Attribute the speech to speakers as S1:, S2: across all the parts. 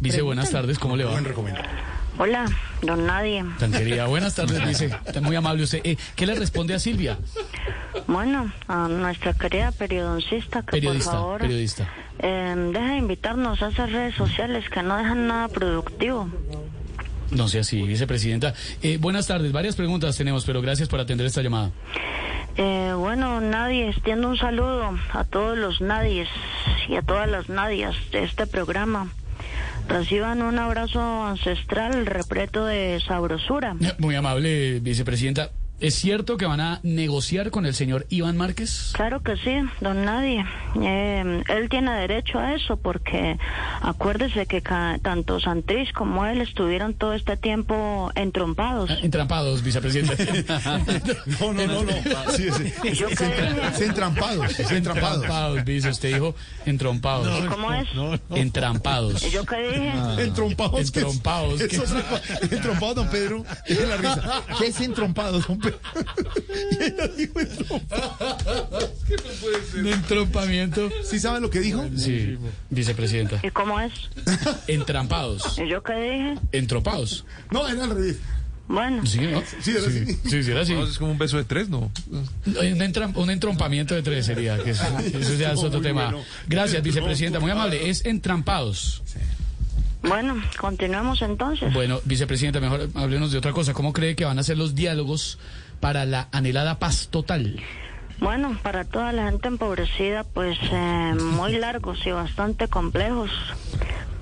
S1: Vice, buenas tardes, ¿cómo le va?
S2: Hola, don Nadie.
S1: Tan querida, buenas tardes, Vice. Está muy amable usted. Eh, ¿Qué le responde a Silvia?
S2: Bueno, a nuestra querida periodoncista, que
S1: Periodista,
S2: por favor
S1: periodista.
S2: eh, deja de invitarnos a esas redes sociales que no dejan nada productivo.
S1: No sea así, vicepresidenta. Eh, buenas tardes, varias preguntas tenemos, pero gracias por atender esta llamada.
S2: Eh, bueno, don Nadie, extiendo un saludo a todos los nadies y a todas las nadias de este programa. Reciban un abrazo ancestral repleto de sabrosura.
S1: Eh, Muy amable, vicepresidenta. ¿Es cierto que van a negociar con el señor Iván Márquez?
S2: Claro que sí, don Nadie. Eh, él tiene derecho a eso porque acuérdese que ca- tanto Santrich como él estuvieron todo este tiempo entrompados.
S1: Ah, Entrampados, vicepresidenta.
S3: No, no, no, no. Sí, sí.
S2: Yo qué dije,
S3: Es entrampados, es entrampados.
S1: Entrampados, vice. Usted dijo entrompados.
S2: ¿Cómo es?
S1: Entrampados.
S2: Yo qué dije.
S3: Entrompados. ¿qué es?
S1: Entrompados, ¿qué?
S3: Eso es entrompa- Entrompados, don Pedro. Deje la risa. ¿Qué es entrompados, don Pedro? Y ella dijo entrompados.
S1: Un entrompamiento.
S3: ¿Sí saben lo que dijo?
S1: Sí, vicepresidenta.
S2: ¿Y cómo es?
S1: Entrampados.
S2: ¿Y yo qué dije?
S1: Entropados.
S3: No, era al revés.
S2: Bueno,
S1: Sí, ¿no?
S3: Sí, era así.
S1: Sí, sí, era así.
S4: es como un beso de tres, ¿no?
S1: Un, entram- un entrompamiento de tres sería, que es- eso ya es otro
S3: Muy
S1: tema.
S3: bueno.
S1: Gracias, vicepresidenta, muy amable. Es entrampados.
S2: bueno, continuemos entonces.
S1: Bueno, vicepresidenta, mejor háblenos de otra cosa. ¿Cómo cree que van a ser los diálogos para la anhelada paz total?
S2: Bueno, para toda la gente empobrecida, pues eh, muy largos y bastante complejos.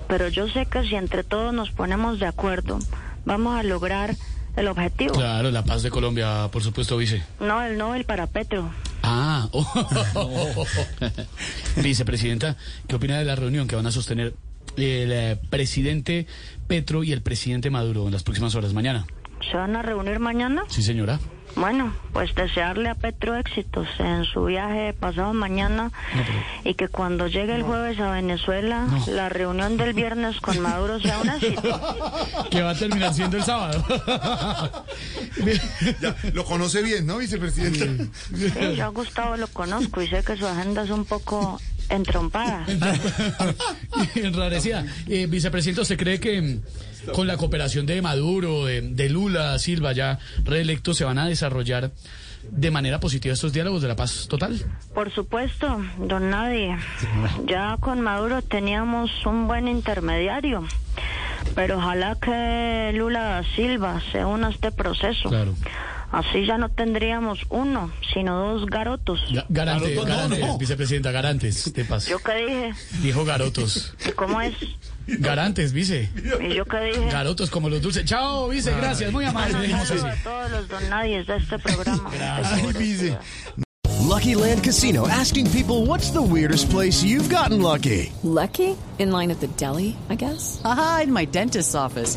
S2: Pero yo sé que si entre todos nos ponemos de acuerdo, vamos a lograr el objetivo.
S1: Claro, la paz de Colombia, por supuesto, vice.
S2: No, el Nobel para Petro.
S1: Ah, oh. vicepresidenta, ¿qué opina de la reunión que van a sostener el eh, presidente Petro y el presidente Maduro en las próximas horas mañana?
S2: ¿Se van a reunir mañana?
S1: Sí, señora.
S2: Bueno, pues desearle a Petro éxitos en su viaje pasado mañana y que cuando llegue el jueves a Venezuela, la reunión del viernes con Maduro sea un éxito.
S1: Que va a terminar siendo el sábado.
S3: Ya, lo conoce bien, ¿no, vicepresidente?
S2: Sí, yo a Gustavo lo conozco y sé que su agenda es un poco entrompada.
S1: Enrarecida. Eh, vicepresidente, ¿usted cree que mm, con la cooperación de Maduro, de, de Lula, Silva, ya reelectos, se van a desarrollar de manera positiva estos diálogos de la paz total?
S2: Por supuesto, don Nadie, ya con Maduro teníamos un buen intermediario, pero ojalá que Lula da Silva se una a este proceso.
S1: Claro.
S2: Así ya no tendríamos uno, sino dos garotos.
S1: Ga- Garante,
S3: Garotos, no,
S1: garantes,
S3: no.
S1: vicepresidenta, garantes de paz.
S2: ¿Yo qué dije?
S1: Dijo garotos.
S2: ¿Y cómo es?
S1: Garantes, vice.
S2: ¿Y yo qué dije?
S1: Garotos como los dulces. Chao, vice, gracias, muy amable.
S2: Un
S1: dejemos así.
S2: saludo a todos los don nadies de este programa.
S3: Ay, vice.
S5: Lucky Land Casino asking people what's the weirdest place you've gotten lucky?
S6: Lucky? In line at the deli, I guess?
S7: Aha, in my dentist's office.